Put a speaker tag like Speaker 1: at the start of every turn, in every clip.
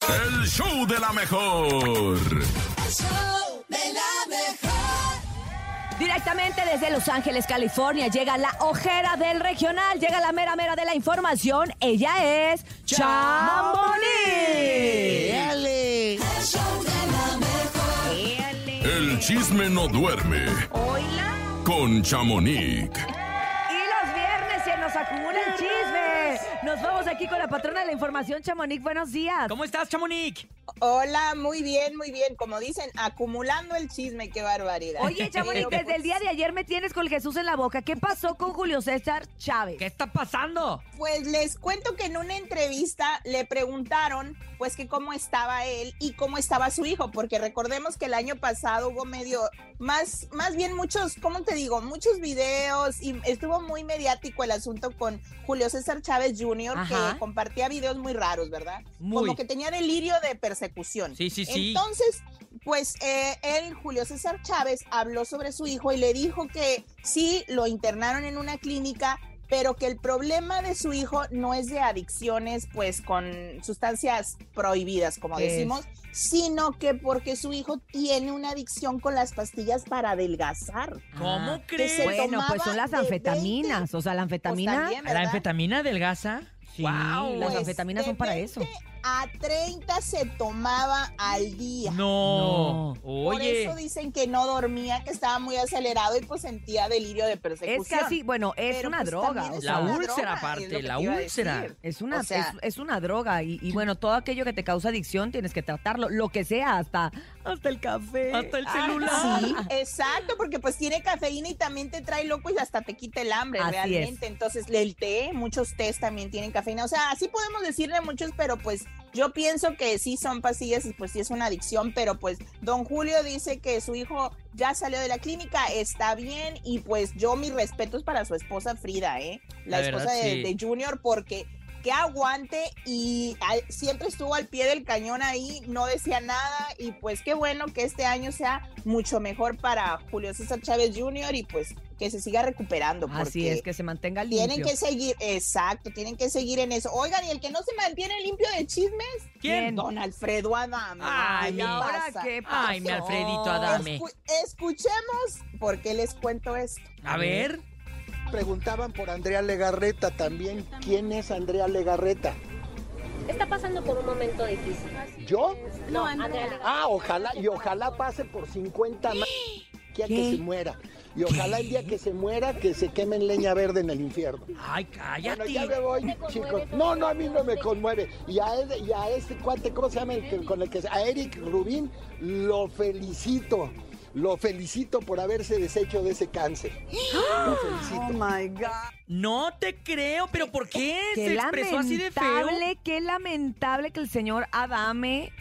Speaker 1: El show de la mejor.
Speaker 2: Directamente desde Los Ángeles, California, llega la ojera del regional, llega la mera mera de la información. Ella es Chamboli.
Speaker 3: ¡Dale!
Speaker 1: El chisme no duerme
Speaker 2: Hola.
Speaker 1: con Chamonix.
Speaker 2: Y los viernes se nos acumula el chisme. Nos vamos aquí con la patrona de la información, Chamonix. Buenos días.
Speaker 4: ¿Cómo estás, Chamonix?
Speaker 5: Hola, muy bien, muy bien. Como dicen, acumulando el chisme, qué barbaridad.
Speaker 2: Oye, Chamonix,
Speaker 5: Pero,
Speaker 2: desde el
Speaker 5: pues,
Speaker 2: día de ayer me tienes con el Jesús en la boca. ¿Qué pasó con Julio César Chávez?
Speaker 4: ¿Qué está pasando?
Speaker 5: Pues les cuento que en una entrevista le preguntaron, pues, que cómo estaba él y cómo estaba su hijo, porque recordemos que el año pasado hubo medio, más, más bien muchos, ¿cómo te digo? Muchos videos y estuvo muy mediático el asunto con Julio César Chávez Jr.,
Speaker 2: Ajá.
Speaker 5: que compartía videos muy raros, ¿verdad?
Speaker 4: Muy.
Speaker 5: Como que tenía delirio de persecución.
Speaker 4: Sí, sí, sí.
Speaker 5: Entonces, pues eh, él, Julio César Chávez, habló sobre su hijo y le dijo que sí, lo internaron en una clínica, pero que el problema de su hijo no es de adicciones, pues con sustancias prohibidas, como
Speaker 4: Es.
Speaker 5: decimos, sino que porque su hijo tiene una adicción con las pastillas para adelgazar.
Speaker 4: ¿Cómo
Speaker 2: Ah,
Speaker 4: crees?
Speaker 5: se
Speaker 2: Bueno,
Speaker 5: tomaba
Speaker 2: pues son las
Speaker 5: de 20,
Speaker 2: anfetaminas. O sea, la anfetamina.
Speaker 5: Pues, también,
Speaker 4: ¿La
Speaker 5: ¿verdad?
Speaker 4: anfetamina delgaza?
Speaker 2: Sí,
Speaker 4: Guau.
Speaker 2: las
Speaker 5: Pues,
Speaker 2: anfetaminas son
Speaker 5: de
Speaker 2: para
Speaker 5: 20
Speaker 2: eso.
Speaker 5: A 30 se tomaba al día.
Speaker 4: No.
Speaker 2: No.
Speaker 5: Por
Speaker 4: Oye.
Speaker 5: eso dicen que no dormía, que estaba muy acelerado y pues sentía delirio de persecución.
Speaker 2: Es casi, bueno, es
Speaker 5: Pero,
Speaker 2: una
Speaker 5: pues,
Speaker 2: droga.
Speaker 5: también
Speaker 2: o
Speaker 5: es
Speaker 2: sea,
Speaker 4: La
Speaker 5: una
Speaker 4: úlcera
Speaker 5: droga,
Speaker 4: aparte,
Speaker 5: es lo que
Speaker 4: la
Speaker 5: te iba a
Speaker 4: úlcera.
Speaker 5: decir.
Speaker 2: Es una,
Speaker 5: O sea,
Speaker 2: es, es una droga y, y bueno, todo aquello que te causa adicción tienes que tratarlo, lo que sea, hasta, hasta el café.
Speaker 4: Hasta el
Speaker 2: Ah,
Speaker 4: celular.
Speaker 2: sí.
Speaker 5: Exacto, porque pues tiene cafeína y también te trae loco y hasta te quita el hambre
Speaker 2: Así
Speaker 5: realmente. Entonces, el té, muchos tés también tienen cafeína. O sea, así podemos decirle muchos, pero pues yo pienso que sí son pastillas y pues sí es una adicción, pero pues don Julio dice que su hijo ya salió de la clínica, está bien y pues yo mis respetos para su esposa Frida, ¿eh? La,
Speaker 4: La verdad,
Speaker 5: esposa de,
Speaker 4: sí.
Speaker 5: de Junior, porque que aguante y al- siempre estuvo al pie del cañón ahí, no decía nada y pues qué bueno que este año sea mucho mejor para Julio César Chávez Jr. y pues que se siga recuperando porque
Speaker 2: Así es, que se mantenga limpio.
Speaker 5: tienen que seguir, exacto, tienen que seguir en eso. Oigan, y el que no se mantiene limpio de chisme,
Speaker 4: ¿Quién?
Speaker 2: ¿Quién?
Speaker 5: don Alfredo Adame.
Speaker 4: Ay,
Speaker 5: ¿qué
Speaker 2: ¿Y
Speaker 4: mi-
Speaker 5: le
Speaker 2: ahora
Speaker 5: pasa?
Speaker 2: qué pasó?
Speaker 4: Ay, mi Alfredito Adame.
Speaker 5: Escu- escuchemos por qué les cuento esto.
Speaker 4: A ver.
Speaker 6: Preguntaban por Andrea Legarreta también. ¿Quién es Andrea Legarreta?
Speaker 7: Está pasando por un momento difícil.
Speaker 6: ¿Yo?
Speaker 7: No, Andrea.
Speaker 6: Ah, ojalá, y ojalá pase por 50 más. Que,
Speaker 2: ¿Qué?
Speaker 6: que se muera. Y ojalá el día que se muera, que se queme en leña verde en el infierno.
Speaker 4: Ay,
Speaker 6: Bueno, ya me
Speaker 4: cállate.
Speaker 6: voy, chicos. No, no, a mí no me conmueve. Y a, ese- y a este cuate, ¿cómo se llama? el que- con el que, a Eric Rubín, lo felicito. Lo felicito por haberse deshecho de ese cáncer. Lo felicito.
Speaker 4: No te creo, pero ¿por qué?
Speaker 2: Qué
Speaker 4: Se expresó así de feo.
Speaker 2: lamentable, qué lamentable que el señor Adame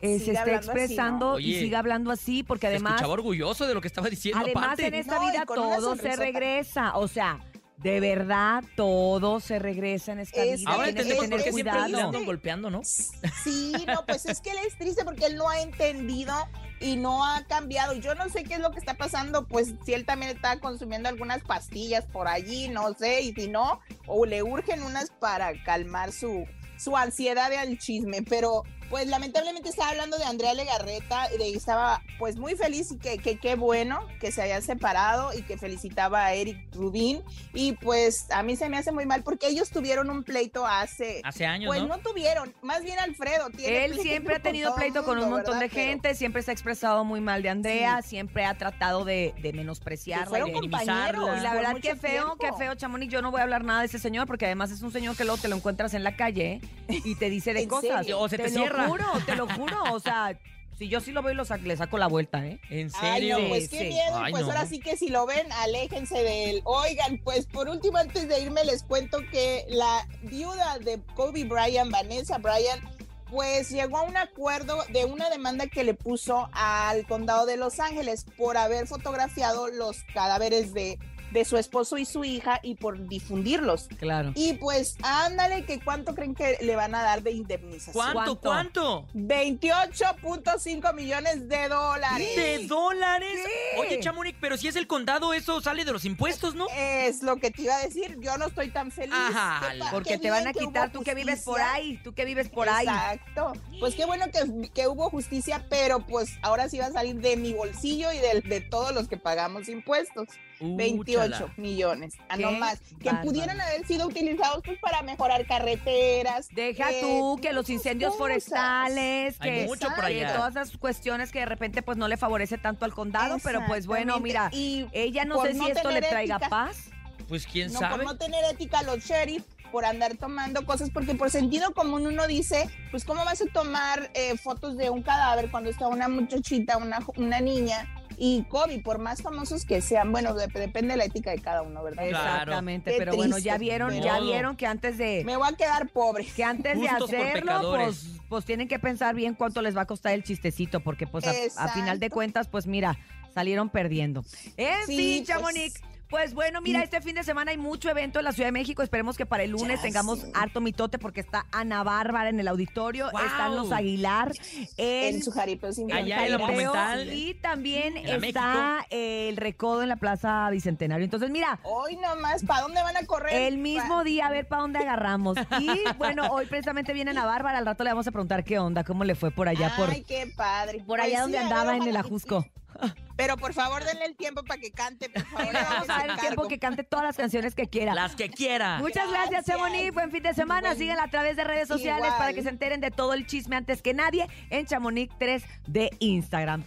Speaker 2: eh, se esté
Speaker 5: Siga hablando así, ¿no?
Speaker 2: expresando y
Speaker 4: Oye,
Speaker 2: siga hablando así, porque
Speaker 4: Se
Speaker 2: además,
Speaker 4: escuchaba orgulloso de lo que estaba diciendo
Speaker 2: además
Speaker 4: aparte.
Speaker 2: en este esta
Speaker 5: No, y
Speaker 2: vida
Speaker 5: con una
Speaker 2: todo se
Speaker 5: sonrisota.
Speaker 2: regresa. O sea, de verdad, todo se regresa en esta
Speaker 5: Es-
Speaker 2: vida.
Speaker 4: Ahora
Speaker 2: tienes que
Speaker 4: entendemos
Speaker 5: es-
Speaker 4: por
Speaker 2: tener
Speaker 4: qué siempre le
Speaker 2: cuidado.
Speaker 4: andan golpeando, ¿no?
Speaker 5: Sí, no, pues es que él es triste porque él no ha entendido y no ha cambiado. Yo no sé qué es lo que está pasando, pues si él también está consumiendo algunas pastillas por allí, no sé, y si no, o le urgen unas para calmar su, su ansiedad al chisme, pero pues lamentablemente estaba hablando de Andrea Legarreta, y de estaba pues muy feliz y que que- qué bueno que se hayan separado y que felicitaba a Eric Rubin y pues a mí se me hace muy mal porque ellos tuvieron un pleito hace
Speaker 4: Hace años,
Speaker 5: pues
Speaker 4: ¿no?
Speaker 5: no tuvieron, más bien Alfredo tiene.
Speaker 2: Él siempre ha tenido pleito con un montón de gente, siempre se ha expresado muy mal de Andrea, siempre ha tratado de, de menospreciarla.
Speaker 5: fueron
Speaker 2: Y, de-
Speaker 5: compañeros.
Speaker 4: minimizarla.
Speaker 2: y la
Speaker 5: por
Speaker 2: verdad,
Speaker 5: mucho
Speaker 2: qué feo,
Speaker 5: tiempo.
Speaker 2: qué feo, Chamonix. Yo no voy a hablar nada de ese señor porque además es un señor que luego te lo encuentras en la calle y te dice de
Speaker 5: ¿En
Speaker 2: cosas.
Speaker 5: serio?
Speaker 4: O se te
Speaker 2: lo
Speaker 4: cierra.
Speaker 2: juro, te lo juro. O sea, si yo sí lo veo y lo sac- le saco la vuelta, ¿eh?
Speaker 4: En
Speaker 5: Ay,
Speaker 4: serio.
Speaker 5: no, pues qué
Speaker 2: Sí.
Speaker 5: miedo.
Speaker 4: Ay,
Speaker 5: pues
Speaker 4: no.
Speaker 5: ahora sí que si lo ven, aléjense de él. Oigan, pues por último, antes de irme, les cuento que la viuda de Kobe Bryant, Vanessa Bryant, pues llegó a un acuerdo de una demanda que le puso al condado de Los Ángeles por haber fotografiado los cadáveres de de su esposo y su hija y por difundirlos.
Speaker 2: Claro.
Speaker 5: Y pues ándale, que cuánto creen que le van a dar de indemnización.
Speaker 4: ¿Cuánto? ¿Cuánto?
Speaker 5: 28.5 millones de dólares.
Speaker 4: ¿De dólares?
Speaker 2: Sí.
Speaker 4: Oye, Chamonix, pero si es el condado, eso sale de los impuestos, ¿no?
Speaker 5: Es lo que te iba a decir, yo no estoy tan feliz.
Speaker 4: Ajá,
Speaker 5: Qué pa-
Speaker 2: Porque
Speaker 5: qué
Speaker 2: te van
Speaker 5: bien
Speaker 2: a
Speaker 5: hubo
Speaker 2: quitar, tú que vives por
Speaker 5: justicia.
Speaker 2: ahí, tú que vives por ahí.
Speaker 5: Exacto. Pues qué bueno que, que hubo justicia, pero pues ahora sí va a salir de mi bolsillo y del- de, todos los que pagamos impuestos. 28
Speaker 4: Úchala.
Speaker 5: millones, a no
Speaker 2: Qué
Speaker 5: más. Que
Speaker 2: bárbaro.
Speaker 5: pudieran haber sido utilizados pues para mejorar carreteras.
Speaker 2: Deja
Speaker 5: eh,
Speaker 2: tú que los
Speaker 5: muchas
Speaker 2: incendios
Speaker 5: cosas.
Speaker 2: forestales,
Speaker 4: Hay
Speaker 2: que,
Speaker 4: mucho por
Speaker 2: que
Speaker 4: allá.
Speaker 2: todas esas cuestiones que de repente pues no le favorece tanto al condado, pero pues bueno, mira,
Speaker 5: Exactamente. Y
Speaker 2: ella no
Speaker 5: por
Speaker 2: sé si
Speaker 5: no
Speaker 2: esto le
Speaker 5: tener
Speaker 2: traiga
Speaker 5: ética.
Speaker 2: paz.
Speaker 4: Pues quién
Speaker 5: no,
Speaker 4: sabe.
Speaker 5: por no tener ética los sheriff, por andar tomando cosas, porque por sentido común uno dice, pues cómo vas a tomar eh, fotos de un cadáver cuando está una muchachita, una, jo- una niña y COVID, por más famosos que sean, bueno, dep- depende de la ética de cada uno, ¿verdad?
Speaker 4: Claro.
Speaker 2: Exactamente,
Speaker 5: Qué
Speaker 2: pero bueno, ya
Speaker 5: triste,
Speaker 2: vieron,
Speaker 5: pero-
Speaker 2: ya vieron que antes de
Speaker 5: Me voy a quedar pobre.
Speaker 2: que antes de
Speaker 4: Justos por
Speaker 2: hacerlo, pues,
Speaker 4: pecadores.
Speaker 2: pues tienen que pensar bien cuánto les va a costar el chistecito, porque pues a- a, final de
Speaker 5: Exacto.
Speaker 2: cuentas, pues mira, salieron perdiendo. En
Speaker 5: Sí,
Speaker 2: fin,
Speaker 5: pues.
Speaker 2: Chamonix. Pues bueno, mira, este fin de semana hay mucho evento en la Ciudad de México. Esperemos que para el lunes
Speaker 5: Ya
Speaker 2: tengamos
Speaker 5: sé.
Speaker 2: harto mitote porque está Ana Bárbara en el auditorio,
Speaker 4: ¡Guau!
Speaker 2: están los Aguilar en,
Speaker 5: En su jaripeo sin
Speaker 4: Allá
Speaker 5: fronteras.
Speaker 4: en la
Speaker 2: Jaripeo,
Speaker 4: Monumental.
Speaker 2: y también
Speaker 4: En la
Speaker 2: está el recodo en la Plaza Bicentenario. Entonces, mira,
Speaker 5: Hoy nomás, ¿para dónde van a correr?
Speaker 2: el mismo día, a ver para dónde agarramos. Y bueno, hoy precisamente viene Ana Bárbara, al rato le vamos a preguntar qué onda, cómo le fue por allá, por,
Speaker 5: Ay, qué padre.
Speaker 2: por
Speaker 5: Pues
Speaker 2: allá
Speaker 5: sí,
Speaker 2: donde
Speaker 5: a ver,
Speaker 2: andaba en el
Speaker 5: ojalá-
Speaker 2: ajusco.
Speaker 5: Pero por favor denle el tiempo para que cante, por
Speaker 2: Le
Speaker 5: favor.
Speaker 2: vamos a dar el
Speaker 5: hagan
Speaker 2: tiempo
Speaker 5: cargo.
Speaker 2: que cante todas las canciones que quiera.
Speaker 4: Las que quiera.
Speaker 2: Muchas gracias,
Speaker 5: Gracias.
Speaker 2: Chamonix. Buen fin de semana.
Speaker 5: Buen-
Speaker 2: Síguela a través de redes sociales
Speaker 5: Igual.
Speaker 2: para que se enteren de todo el chisme antes que nadie en Chamonix 3 de Instagram.